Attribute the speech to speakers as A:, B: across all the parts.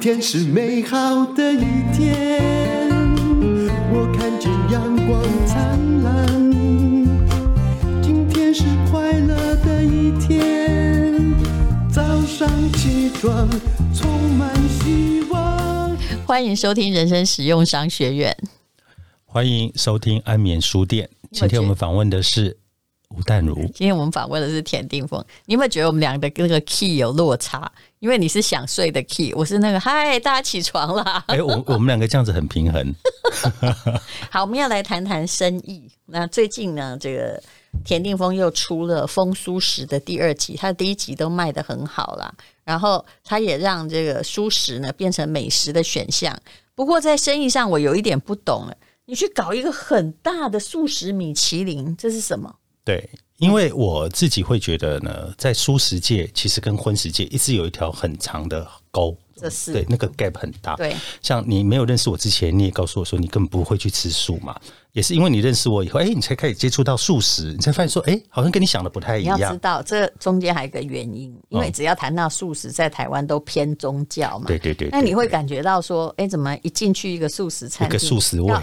A: 天是美好的一天，我看见阳光灿烂。今天是快乐的一天，早上起床充满希望。
B: 欢迎收听人生实用商学院。
C: 欢迎收听安眠书店。今天我们访问的是吴 淡如，
B: 今天我们访问的是田定峰，你有没有觉得我们俩的那个 key 有落差？因为你是想睡的 key，我是那个嗨，大家起床啦。
C: 哎、我我们两个这样子很平衡。
B: 好，我们要来谈谈生意。那最近呢，这个田定峰又出了《风书石》的第二集，他的第一集都卖得很好啦。然后他也让这个蔬食呢变成美食的选项。不过在生意上，我有一点不懂了。你去搞一个很大的素食米其林，这是什么？
C: 对，因为我自己会觉得呢，在素食界其实跟荤食界一直有一条很长的沟，
B: 这是
C: 对那个 gap 很大。
B: 对，
C: 像你没有认识我之前，你也告诉我说你根本不会去吃素嘛，也是因为你认识我以后，哎、你才开始接触到素食，你才发现说，哎、好像跟你想的不太一
B: 你要知
C: 样。嗯
B: 道，这中间还有一个原因，因为只要谈到素食，在台湾都偏宗教嘛。
C: 对对对对
B: 那你会感觉到说，哎，怎么一进去一个素食餐
C: 一
B: 厅，
C: 个素食味
B: 要，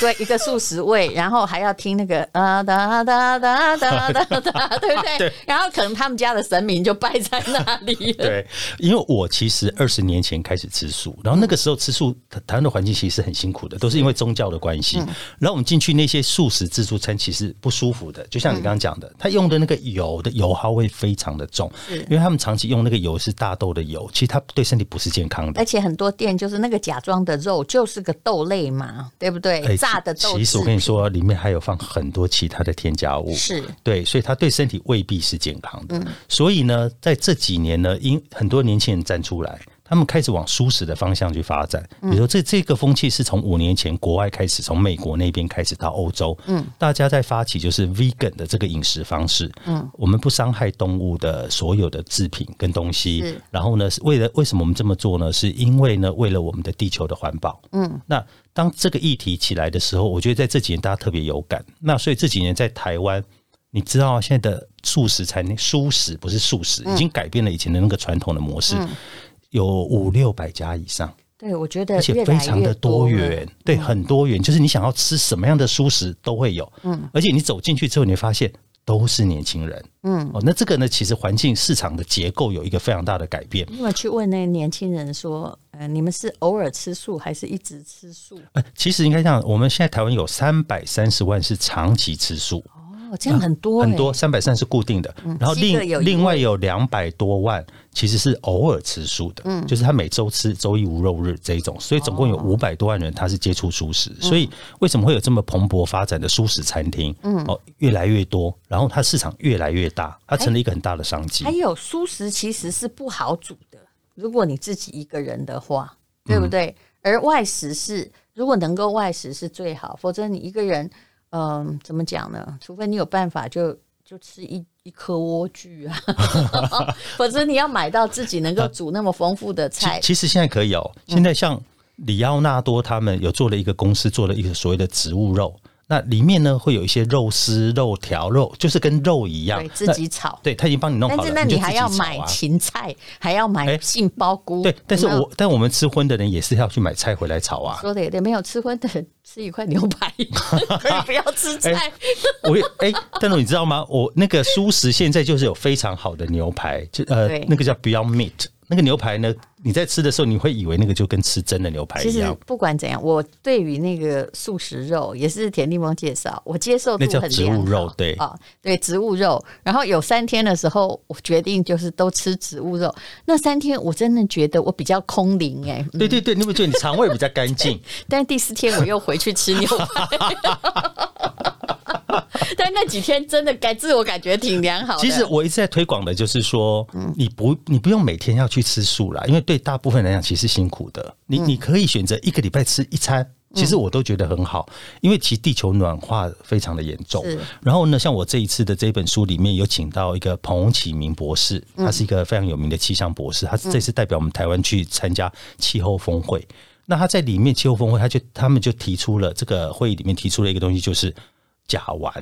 B: 对，一个素食味，然后还要听那个啊哒哒哒哒哒哒，对不对？
C: 对
B: 然后可能他们家的神明就拜在那里 了。
C: 对，因为我其实二十年前开始吃素，然后那个时候吃素，
B: 嗯
C: 台台湾的环境其实是很辛苦的，都是因为宗教的关系。然后我们进去那些素食自助餐，其实不舒服的，就像你刚刚讲的，他用的那个油的油耗会非常的重，因为他们长期用那个油是大豆的油，其实它对身体不是健康的
B: 而。且很多店就是那个假装的肉，就是个豆类嘛，对不对？
C: 哎
B: 炸的豆
C: 其实
B: 制
C: 我跟你
B: 品
C: 说，里面还有放很多其他的添加物，
B: 是
C: 对，所以它对身体未必是健康的。所以呢，在这几年呢，因很多年轻人站出来，他们开始往舒适的方向去发展。比如说这，这个风气是从五年前国外开始，从美国那边开始到欧洲，嗯，大家在发起就是 vegan 的这个饮食方式，嗯，我们不伤害动物的所有的制品跟东西
B: 是。
C: 然后呢，是为了为什么我们这么做呢？是因为呢，为了我们的地球的环保，嗯，那。当这个议题起来的时候，我觉得在这几年大家特别有感。那所以这几年在台湾，你知道啊现在的素食餐厅，素食不是素食，
B: 嗯
C: 已经改变了以前的那个传统的模式，有五六百家以上，
B: 对，我觉得
C: 而且
B: 越
C: 非
B: 来
C: 常
B: 越
C: 的多
B: 了嗯
C: 元，对，很多元，就是你想要吃什么样的素食都会有，嗯，而且你走进去之后，你会发现。都是年轻人，嗯，哦，那这个呢，其实环境市场的结构有一个非常大的改变，
B: 你有没有去问那个年轻人说，呃，你们是偶尔吃素还是一直吃素？
C: 呃，其实应该这样，我们现在台湾有三百三十万是长期吃素，
B: 哦，这样很多、欸
C: 很多，三百三是固定的，然后
B: 七个嗯有
C: 另
B: 一
C: 另外有两百多万其实是偶尔吃素的，
B: 嗯
C: 就是他每周吃周一无肉日这一种，所以总
B: 哦
C: 共有五百多万人他是接触素
B: 嗯
C: 食，所以为什么会有这么蓬勃发展的素食餐厅？
B: 嗯
C: 哦，越来越多，然后它市场越来越大，它
B: 哎
C: 成了一个很大的商机
B: 还。有素食其实是不好煮的，如果你自己一个人的话，
C: 嗯
B: 对不对？而外食是如果能够外食是最好，否则你一个人，嗯、怎么讲呢？除非你有办法就就吃一。一颗莴苣 啊， 否则你要买到自己能够煮那么丰富的
C: 其
B: 菜，
C: 其实现在可以哦，
B: 嗯
C: 现在像里奥纳多他们有做了一个公司，做了一个所谓的植物肉。那里面呢会有一些肉丝、肉条、肉，就是跟肉一样
B: 对，自
C: 那
B: 己炒。
C: 对他已经帮你弄好了，
B: 但是那
C: 就
B: 你
C: 自己
B: 还要
C: 炒
B: 买
C: 啊
B: 芹菜，还要买
C: 哎
B: 杏鲍菇。
C: 对，但是
B: 有没有
C: 我但我们吃荤的人也是要去买菜回来炒 啊。
B: 说的也对，没有吃荤的人吃一块牛排， 可以不要吃菜
C: 哎。我也哎，但是你知道吗？我那个素食现在就是有非常好的牛排，就呃
B: 对
C: 那个叫 Beyond Meat，那个牛排呢，你在吃的时候你会以为那个就跟吃真的牛 排
B: 其
C: 一
B: 实
C: 样，
B: 不管怎样，我对于那个素食肉也是田立峰介绍，我接受度
C: 那叫
B: 很
C: 植物
B: 良好
C: 肉对
B: 啊、对植物肉。然后有三天的时候，我决定就是都吃植物肉。那三天我真的觉得我比较空灵哎、嗯
C: 对对对，你会觉得你肠胃比较干净，
B: 但第四天我又回去吃牛排。 但那几天真的感自我感觉挺良好的。
C: 其实我一直在推广的就是说，你不你不用每天要去吃素啦，因为对大部分人来讲其实辛苦的。你
B: 嗯
C: 你可以选择一个礼拜吃一餐，其实我都觉得很好，因为其实地球暖化非常的严重
B: 是。
C: 然后呢，像我这一次的这本书里面有请到一个彭启明博士，
B: 嗯
C: 他是一个非常有名的气象博士，他这次代表我们台湾去参加气候峰会。那他在里面气候峰会，他就他们就提出了这个会议里面提出了一个东西，就是甲烷。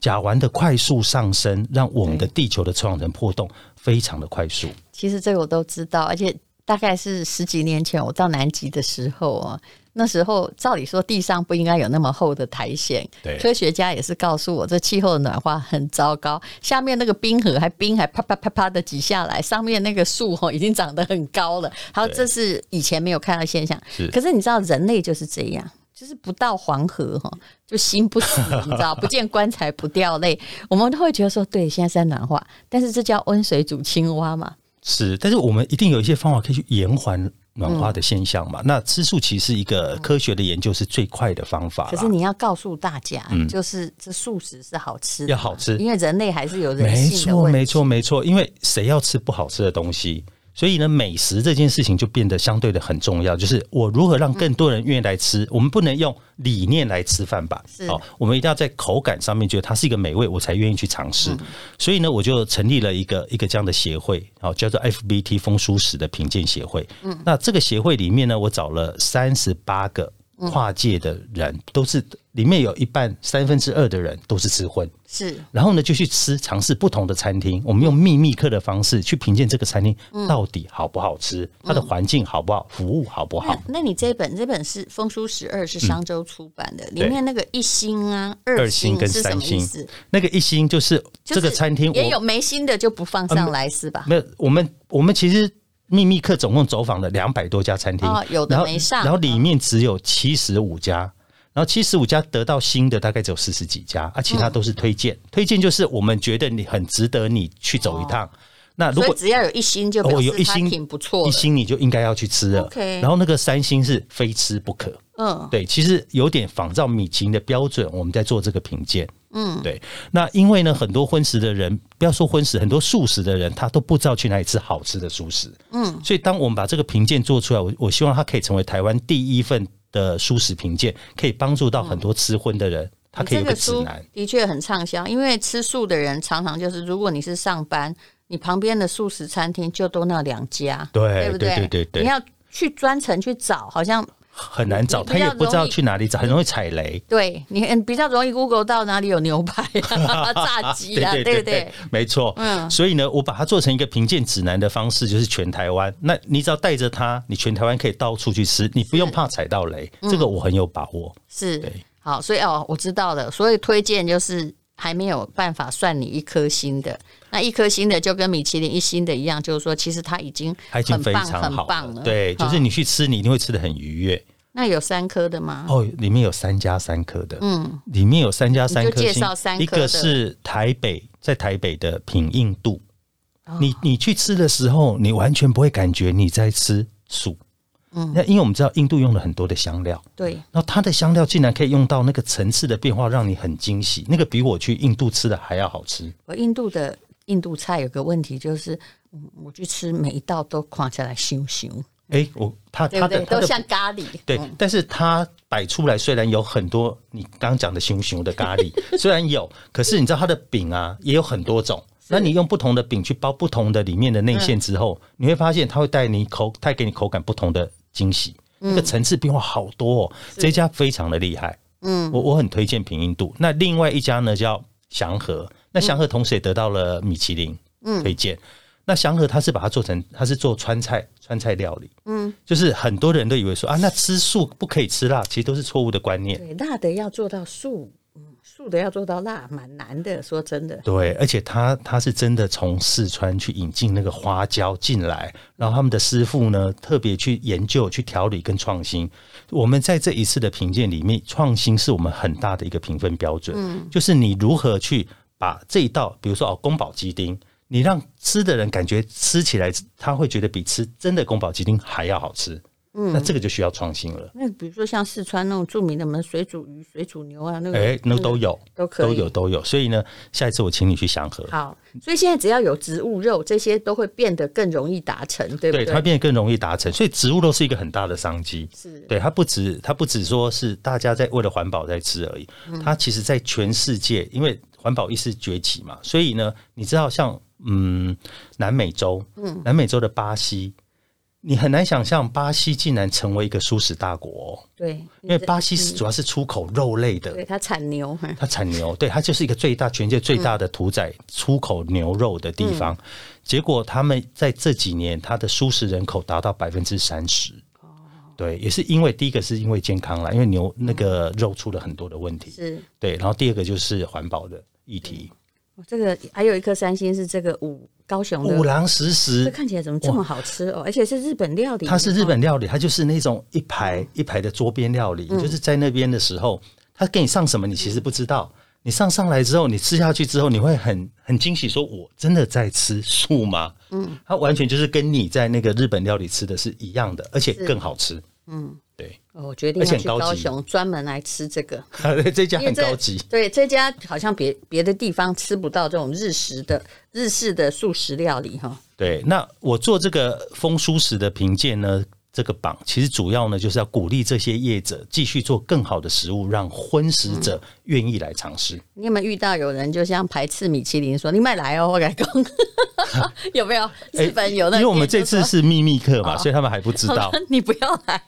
C: 甲烷的快速上升，让我们的地球的臭氧层破洞非常的快速。
B: 其实这个我都知道，而且。大概是十几年前我到南极的时候啊，那时候照理说地上不应该有那么厚的苔藓，
C: 对
B: 科学家也是告诉我，这气候暖化很糟糕，下面那个冰河还冰还啪啪啪啪的挤下来，上面那个树哦已经长得很高了，还有
C: 对
B: 这是以前没有看到现象
C: 是，
B: 可是你知道人类就是这样。就是不到黄河哈，就心不死，你知 道，不见棺材不掉泪。我们都会觉得说，对，现在是在暖化，但是这叫温水煮青蛙嘛，
C: 是，但是我们一定有一些方法可以去延缓暖化的现象
B: 嗯
C: 嘛。那吃素其实一个科学的研究是最快的方法啦。嗯
B: 可是你要告诉大家，就是这素食是好吃的嘛，
C: 要好吃
B: 因为人类还是有人
C: 没
B: 性的
C: 错，
B: 问题。
C: 没错，没错，因为谁要吃不好吃的东西？所以呢，美食这件事情就变得相对的很重要，就是我如何让
B: 嗯
C: 更多人愿意来吃。我们不能用理念来吃饭吧？
B: 是
C: 好，我们一定要在口感上面觉得它是一个美味，我才愿意去尝
B: 嗯
C: 试。所以呢，我就成立了一个一个这样的协会，好，叫做 FBT 风舒史的评鉴协会。嗯，那这个协会里面呢，我找了三十八个
B: 嗯
C: 跨界的人，都是里面有一半三分之二的人都是吃荤。
B: 是
C: 然后呢，就去吃尝试不同的餐厅。我们用秘密课的方式去评鉴这个餐厅
B: 嗯
C: 到底好不好吃，它的环境好不好，服务好不好嗯
B: 那。那你这本这本是《风书十二》是商周出版的，里面那个一星啊、
C: 二
B: 星
C: 星跟
B: 是什
C: 三
B: 么意
C: 星
B: 思？，
C: 那个一星就是
B: 就
C: 这个
B: 是
C: 餐厅
B: 也有
C: 我嗯
B: 没星的就不放上来是吧？
C: 没有，我们我们其实秘密课总共走访了两百多家餐厅
B: 哦，有的
C: 然后
B: 没上嗯
C: 然后里面只有七十五家。然后七十五家得到新的大概只有四十几家，啊，其他
B: 嗯
C: 都是推荐。推荐就是我们觉得你很值得你去走一趟。那如
B: 哦所以
C: 果
B: 只要有一星就
C: 哦，
B: 表
C: 有
B: 示
C: 一
B: 它
C: 星
B: 挺不错
C: 一
B: 的。
C: 星你就应该要去吃了。
B: OK
C: 然后那个三星是非吃不可。
B: 嗯，
C: 对，其实有点仿照米其林的标准，我们在做这个评鉴。嗯，对。那因为呢，很多荤食的人，不要说荤食，很多素食的人，他都不知道去哪里吃好吃的素食。嗯，所以当我们把这个评鉴做出来，我我希望它可以成为台湾第一份的素食评鉴，可以帮助到很多吃荤的人，他
B: 嗯你
C: 可以
B: 这
C: 有个
B: 个
C: 指
B: 书
C: 南。
B: 的确很畅销，因为吃素的人常常就是，如果你是上班，你旁边的素食餐厅就都那两家，
C: 对
B: 对不
C: 对对对对
B: 你要去专程去找，好像
C: 很难找，
B: 你
C: 他
B: 比较
C: 也不知道
B: 容易
C: 去哪里找，很容易踩雷。
B: 对你很比较容易 Google 到哪里有牛排 啊、 炸鸡啊，
C: 对
B: 对
C: 对
B: 不对？
C: 没错。
B: 嗯
C: 所以呢，我把它做成一个评鉴指南的方式，就是全台湾。那你只要带着它，你全台湾可以到处去吃，你不用怕踩到雷。
B: 嗯
C: 这个我很有把握。
B: 是
C: 对
B: 好，所以哦，我知道了，所以推荐就是。还没有办法算你一颗星的，那一颗星的就跟米其林一星的一样，就是说，其实它已经
C: 它已经
B: 很
C: 非
B: 棒、
C: 常
B: 很
C: 好
B: 棒了。
C: 对，就是
B: 好
C: 你去吃，你一定会吃的很愉悦。
B: 那有三颗的吗？
C: 哦，里面有三加三颗的，嗯，里面有三加三颗
B: 你就介
C: 星，
B: 绍三颗的
C: 一个是台北，在台北的品印度，
B: 哦
C: 你你去吃的时候，你完全不会感觉你在吃素，嗯，那因为我们知道印度用了很多的香料，
B: 对，
C: 然后它的香料竟然可以用到那个层次的变化，让你很惊喜。那个比我去印度吃的还要好吃。
B: 我印度的印度菜有个问题就是，嗯我去吃每一道都垮起来咻咻，
C: 哎，我它
B: 对
C: 它
B: 不
C: 的
B: 对？
C: 它
B: 都像
C: 的
B: 咖喱。
C: 对，但是它摆出来虽然有很多你刚刚讲的熊熊的咖喱， 虽然有，可是你知道它的饼啊也有很多种。那你用不同的饼去包不同的里面的内馅之后，你会发现它会带你口，带给你口感不同的惊喜。那个层次变化好多哦，这一家非常的厉害。我我很推荐平印度。那另外一家呢叫祥和，那祥和同时也得到了米其林推荐。那祥和它是把它做成，它是做川菜川菜料理，嗯，就是很多人都以为说啊，那吃素不可以吃辣，其实都是错误的观念。
B: 对，辣的要做到素，嗯，素的要做到辣，蛮难的。说真的，
C: 对，而且他他是真的从四川去引进那个花椒进来，然后他们的师傅呢特别去研究、去调理跟创新。我们在这一次的评鉴里面，创新是我们很大的一个评分标准，
B: 嗯
C: 就是你如何去把这一道，比如说哦宫保鸡丁，你让吃的人感觉吃起来他会觉得比吃真的宫保鸡丁还要好吃，
B: 嗯
C: 那这个就需要创新了。
B: 那比如说像四川那种著名的什么水煮鱼、水煮牛啊，那个
C: 哎、那都有，
B: 嗯都可以
C: 都有，都有。所以呢，下一次我请你去祥和。
B: 好，所以现在只要有植物肉，这些都会变得更容易达成，对不
C: 对，它变得更容易达成，所以植物肉是一个很大的商机。
B: 是
C: 对它不止它不止说是大家在为了环保在吃而已，它其实在全世界，因为环保意识崛起嘛，所以呢，你知道像嗯南美洲，南美洲的巴西，你很难想象巴西竟然成为一个素食大国、哦，
B: 对，
C: 因为巴西是主要是出口肉类的，
B: 对它产牛，嘿
C: 它产牛，对，它就是一个最大全世界最大的屠宰
B: 嗯
C: 出口牛肉的地方。结果他们在这几年，它的素食人口达到百分之三十。
B: 哦
C: 对，也是因为第一个是因为健康啦，因为牛那个肉出了很多的问题。
B: 嗯是
C: 对，然后第二个就是环保的议题，
B: 哦这个还有一颗三星是这个五高雄
C: 五
B: 嗯的，
C: 郎十
B: 这
C: 食，
B: 看起来怎么这么好吃哦？而且是日本料理，
C: 它是日本料理，它就是那种一排一排的桌边料理，就是在那边的时候，他给你上什么你其实不知道。你上上来之后，你吃下去之后，你会很很惊喜，说我真的在吃素吗？嗯，它完全就是跟你在那个日本料理吃的是一样的，而且更好吃。嗯，对，
B: 哦。我决定
C: 而且
B: 要
C: 很
B: 去
C: 高级
B: 高雄专门来吃这 个，
C: 这家
B: 因为
C: 很
B: 这
C: 高级。
B: 对，这家好像别别的地方吃不到这种日食的日式的素食料理哈。
C: 对，那我做这个丰舒适的评鉴呢，这个榜其实主要呢就是要鼓励这些业者继续做更好的食物，让荤食者愿意来尝试。
B: 你有没有遇到有人就像排斥米其林说你买来哦，我改工， 有 没有？ 日本有那
C: 哎
B: 个店就说、
C: 因为我 们这次是秘密课嘛，
B: 哦
C: 所以他们还不知 道。
B: 你不要来，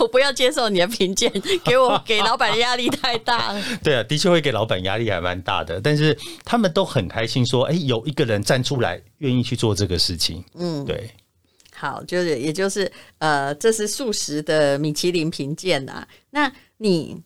B: 我不要接受你的评鉴，给我给老板的压力太大了。
C: 对啊，的确会给老板压力还蛮大的，但是他们都很开心说，哎、有一个人站出来愿意去做这个事情。嗯，对。
B: 好，就是也就是呃，这是素食的米其林评鉴啊。那你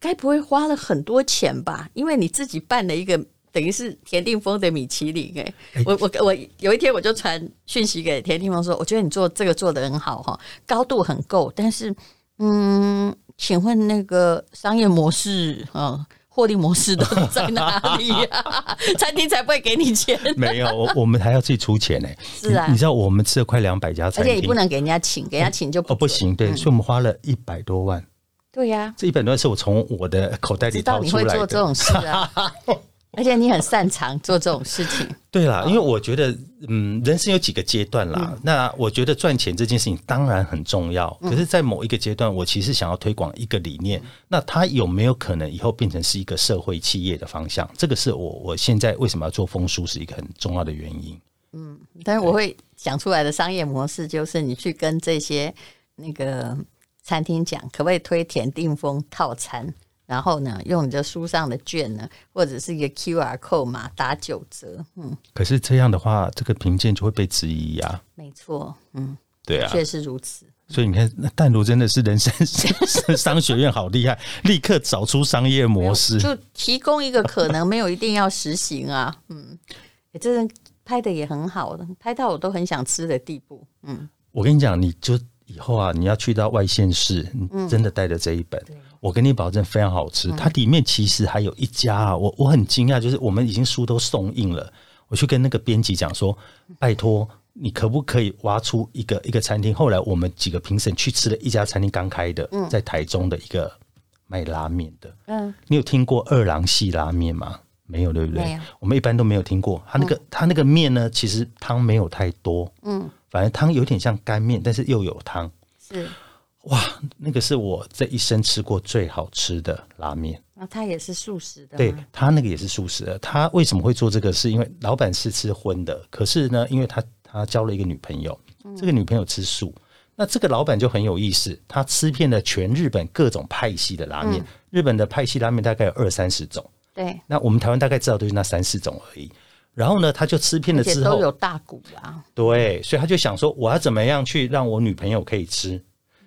B: 该不会花了很多钱吧？因为你自己办了一个。等于是田定峰的米其林哎、我我我有一天我就传讯息给田定峰说，我觉得你做这个做的很好哈，高度很够，但是嗯，请问那个商业模式啊、呃获利模式 都在哪里呀、 餐厅才不会给你钱，
C: 没有，我我们还要自己出钱呢、
B: 是啊
C: 你，你知道我们吃了快两百家
B: 而
C: 餐
B: 且
C: 厅，
B: 也不能嗯给人家请，给人家请就不
C: 哦，不
B: 准。
C: 行，对，所以我们花了一百多万。
B: 对呀、
C: 这一本段是我从我的口袋里
B: 知道
C: 掏
B: 你
C: 出
B: 会
C: 来
B: 做这
C: 的。
B: 种事 啊，而且你很擅长做这种事情。
C: 对啦，因为我觉得，嗯，人生有几个阶段啦。那我觉得赚钱这件事情当然很重要，可是，在某一个阶段，我其实想要推广一个理念，那它有没有可能以后变成是一个社会企业的方向？这个是我我现在为什么要做风书是一个很重要的原因。
B: 但是我会想出来的商业模式就是你去跟这些那个餐厅讲，可不可以推田定峰套餐？然后呢，用你的书上的券呢，或者是一个 QR code 码打九折。嗯，
C: 可是这样的话，这个评鉴就会被质疑呀、
B: 没错，嗯，
C: 对啊，
B: 确实如此。
C: 所以你看，那淡如真的是人生 商学院好厉害，立刻找出商业模式。
B: 就提供一个可能，没有一定要实行啊。嗯，也真的拍的也很好，拍到我都很想吃的地步。嗯，
C: 我跟你讲，你就以后啊，你要去到外县市，你真的带着这一本，我跟你保证非常好吃。它里面其实还有一家啊，我我很惊讶，就是我们已经书都送印了，我去跟那个编辑讲说，拜托。你可不可以挖出一个一个餐厅？后来我们几个评审去吃了一家餐厅，刚开的，在台中的一个卖拉面的。嗯，你有听过二郎系拉面吗？没有，对不对？
B: 没有
C: 我们一般都没有听过。它那个、它那个面呢，其实汤没有太多，嗯，反正汤有点像干面，但是又有汤。
B: 是。
C: 哇，那个是我这一生吃过最好吃的拉面。
B: 那它也是素食的
C: 对
B: 吗？
C: 他那个也是素食的，他为什么会做这个？是因为老板是吃荤的，可是呢，因为他他交了一个女朋友，这个女朋友吃素，那这个老板就很有意思，他吃遍了全日本各种派系的拉面，日本的派系拉面大概有二三十种，
B: 对，
C: 那我们台湾大概知道就是那三四种而已。然后呢，他就吃遍了
B: 而且
C: 之
B: 都
C: 后
B: 有，大骨啊。
C: 对，所以他就想说，我要怎么样去让我女朋友可以吃？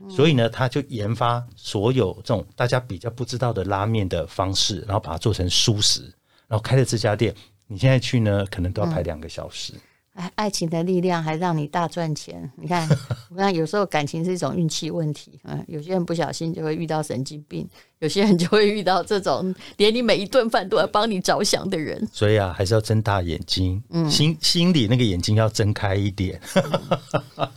B: 嗯
C: 所以呢，他就研发所有这种大家比较不知道的拉面的方式，然后把它做成素食，然后开了这家店。你现在去呢，可能都
B: 嗯
C: 要排两个小时。
B: 爱哎爱情的力量还让你大赚钱，你看，我看有时候感情是一种运气问题，嗯，有些人不小心就会遇到神经病，有些人就会遇到这种连你每一顿饭都要帮你着想的人。
C: 所以啊，还是要睁大眼睛，
B: 嗯
C: 心心里那个眼睛要睁开一点。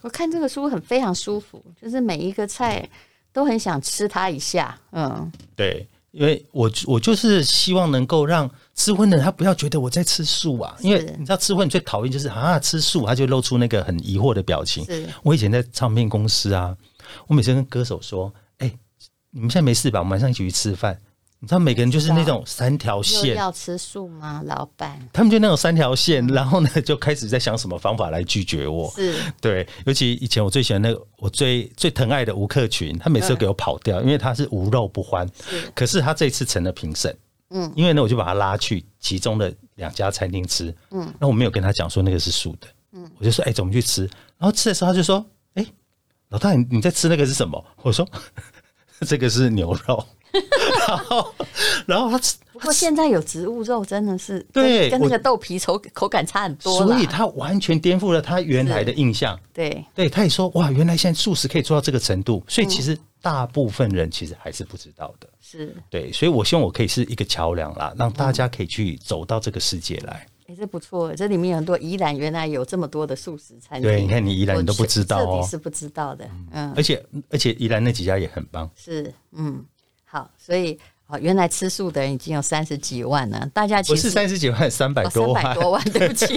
B: 我看这个书很非常舒服，就是每一个菜都很想吃它一下，嗯，
C: 对，因为我我就是希望能够让吃荤的人他不要觉得我在吃素啊，因为你知道吃荤最讨厌就是啊吃素，他就露出那个很疑惑的表情
B: 是。
C: 我以前在唱片公司啊，我每次跟歌手说：“哎、你们现在没事吧？我们晚上一起去吃饭。”你知道每个人就是那种三条
D: 又
C: 线，
D: 要吃素吗？老板
C: 他们就那种三条线，然后呢就开始在想什么方法来拒绝我。
D: 是
C: 对，尤其以前我最喜欢那个我最最疼爱的吴克群，他每次都给我跑掉，因为他是无肉不欢。可嗯是他这次成了评审，嗯，因为呢，我就把他拉去其中的两家餐厅吃，嗯，那我没有跟他讲说那个是素的，嗯，我就说哎、怎么去吃？然后吃的时候他就说，哎、老大你你在吃那个是什么？我说 这个是牛肉， 然后然后他吃
B: 不过现在有植物肉，真的是
C: 对
B: 跟跟那
C: 我
B: 个豆皮口口感差很多啦
C: 所以他完全颠覆了他原来的印象。
B: 对
C: 对，他也说哇，原来现在素食可以做到这个程度，
B: 嗯
C: 所以其实大部分人其实还是不知道的。
D: 是，
C: 对，所以我希望我可以是一个桥梁啦，让大
B: 嗯
C: 家可以去走到这个世界来。
B: 也是不错。这里面有很多宜兰原来有这么多的素食餐厅，
C: 对，你看你宜兰
B: 我
C: 你都不知道
B: 彻底
C: 哦，
B: 是不知道的。嗯，
C: 而且而且宜兰那几家也很棒。
B: 是嗯，好，所以哦，原来吃素的人已经有三十几万了，大家其
C: 不是
B: 实
C: 三十几万，三百
B: 哦三
C: 多
B: 百
C: 万，
B: 多万，对不起，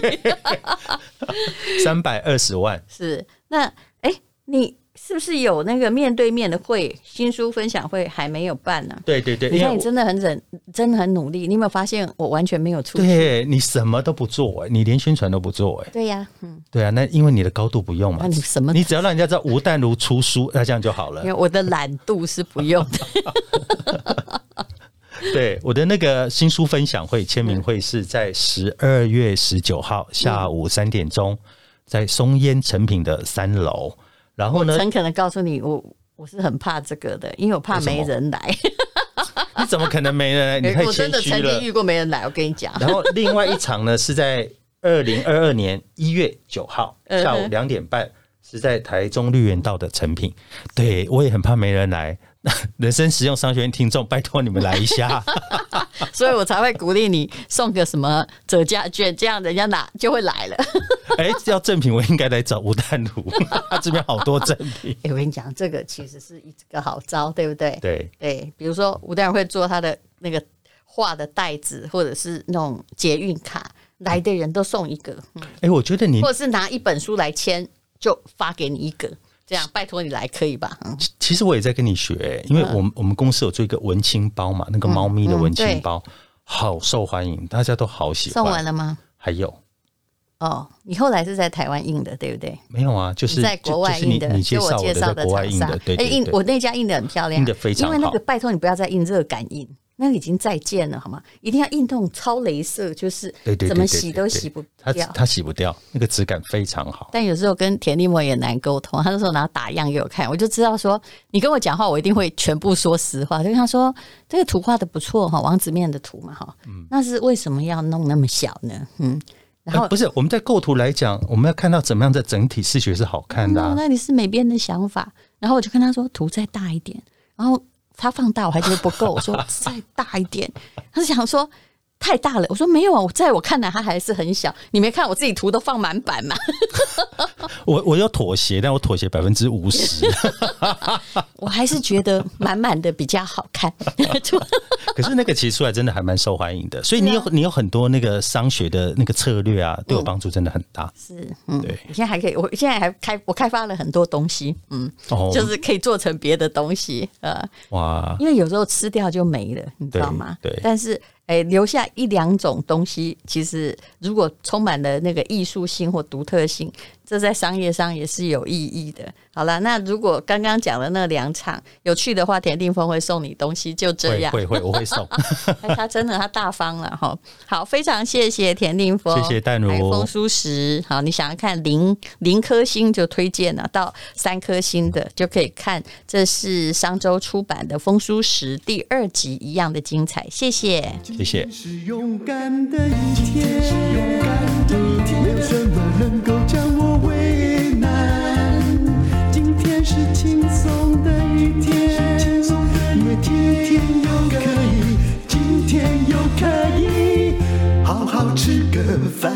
C: 三百二十万。
B: 是那哎，你是不是有那个面对面的会新书分享会还没有办呢？
C: 对对对，
B: 你
C: 因为
B: 看，你
C: 我
B: 真的很忍，真的很努力。你有没有发现我完全没有出去？
C: 对你什么都不做、哎，你连宣传都不做、哎，
D: 对呀、
C: 对啊，那因为你的高度不用嘛
B: 那，你什么
C: 你只要让人家知道吴淡如出书，那这样就好了
B: 因。为我的懒度是不用的。
C: 对，我的那个新书分享会、签名会是在十二月十九号下午三点钟，在松烟成品的三楼。然后呢，
B: 诚恳的告诉你，我我是很怕这个的，因为我怕没人来。
C: 你怎么可能没 人来？你太
B: 我真
C: 谦
B: 的
C: 虚
B: 曾经
C: 了。
B: 遇过没人来，我 跟你讲。
C: 然后另外一场呢是在二零二二年一月九号
B: 嗯
C: 下午两点半，是在台中绿园道的成品。对我也很怕没人来。 人生实用商学院听众，拜托你们来 一下。
B: 所以我才会鼓励你送个什么折价券，这样人家拿就会来 了。
C: 哎、要赠品我应该来找吴淡如， 他这边好多赠品。
B: 哎、我跟你讲，这个其实是一个好招，对不 对？
C: 对，
B: 对，比如说吴丹会做他的那个画的袋子，或者是那种捷运卡，来的人都送一个，嗯
C: 哎、我觉得你
B: 或者是拿一本书来签，就发给你一个，这样拜托你来可以吧？嗯，
C: 其其实我也在跟你学、哎因为我们、我们公司有做一个文青包嘛，那个猫咪
B: 嗯
C: 的文青包、好受欢迎，大家都好喜欢。
B: 送完了吗？
C: 还有
B: 哦，你后来是在台湾印的，对不对？
C: 没有啊？就是
B: 你在国外印
C: 就就是
B: 的，
C: 你你介
B: 就我
C: 绍
B: 介
C: 我的
B: 绍
C: 在
B: 的
C: 国外
B: 厂
C: 印
B: 商
C: 的，，对
B: 哎
C: 对
B: 印
C: 对。
B: 我那家印的很漂亮，
C: 印得非常
B: 因为那个
C: 好
B: 拜托你不要再印热感印，那个已经再见了好吗？一定要印那种超镭射，就是
C: 对对对对
B: 怎么洗
C: 对
B: 都
C: 对
B: 洗不
C: 它
B: 掉。
C: 它洗不掉，那个质感非常好。
B: 但有时候跟田立模也难沟通，他那时候拿打样给我看，我就知道说你跟我讲话，我一定会全部说实话。就跟他说这个图画的不错哈，王子面的图嘛哈，
C: 嗯
B: 那是为什么要弄那么小呢？嗯，然后
C: 呃不是我们在构图来讲，我们要看到怎么样的整体视觉是好看的、
B: 哦，
C: 啊。
B: 那你是美编的想法。然后我就跟他说图再大一点，然后他放大我还觉得不够，我 说再大一点，他就想说太大了，我说没有啊，我在我看来它还是很小，你没看我自己图都放满版嘛，
C: 我我有妥协，但我妥协百分之五十。
B: 我还是觉得满满的比较好看， 就
C: 可是那个其实出来真的还蛮受欢迎的，所以
B: 啊
C: 你有、你有很多那个商学的那个策略啊，对我帮助真的很大。
B: 嗯是嗯，
C: 对
B: 我现在还可以，我现在还开我开发了很多东西，嗯，
C: 哦，
B: 就是可以做成别的东西，呃，
C: 哇，
B: 因为有时候吃掉就没了，你知道吗？
C: 对对
B: 但是，哎、留下一两种东西，其实如果充满了那个艺术性或独特性，这在商业上也是有意义的。好了，那如果刚刚讲的那两场有趣的话，田定峰会送你东西，就这
C: 会
B: 样。
C: 会会，我会 送。
B: 哎他真的他大方了哈。好，非常谢谢田定峰，哎
C: 谢谢淡如
B: 还有风舒适。好，你想要看零零颗星就推荐了，到三颗星的就可以看。这是商周出版的《风舒适》第二集，一样的精彩。谢谢。
C: 谢谢。
A: 是勇敢的一天，是勇敢的一天，没有什么能够将我为难。今天是轻松的一天，因为今天又可以，今天又可以好好吃个饭。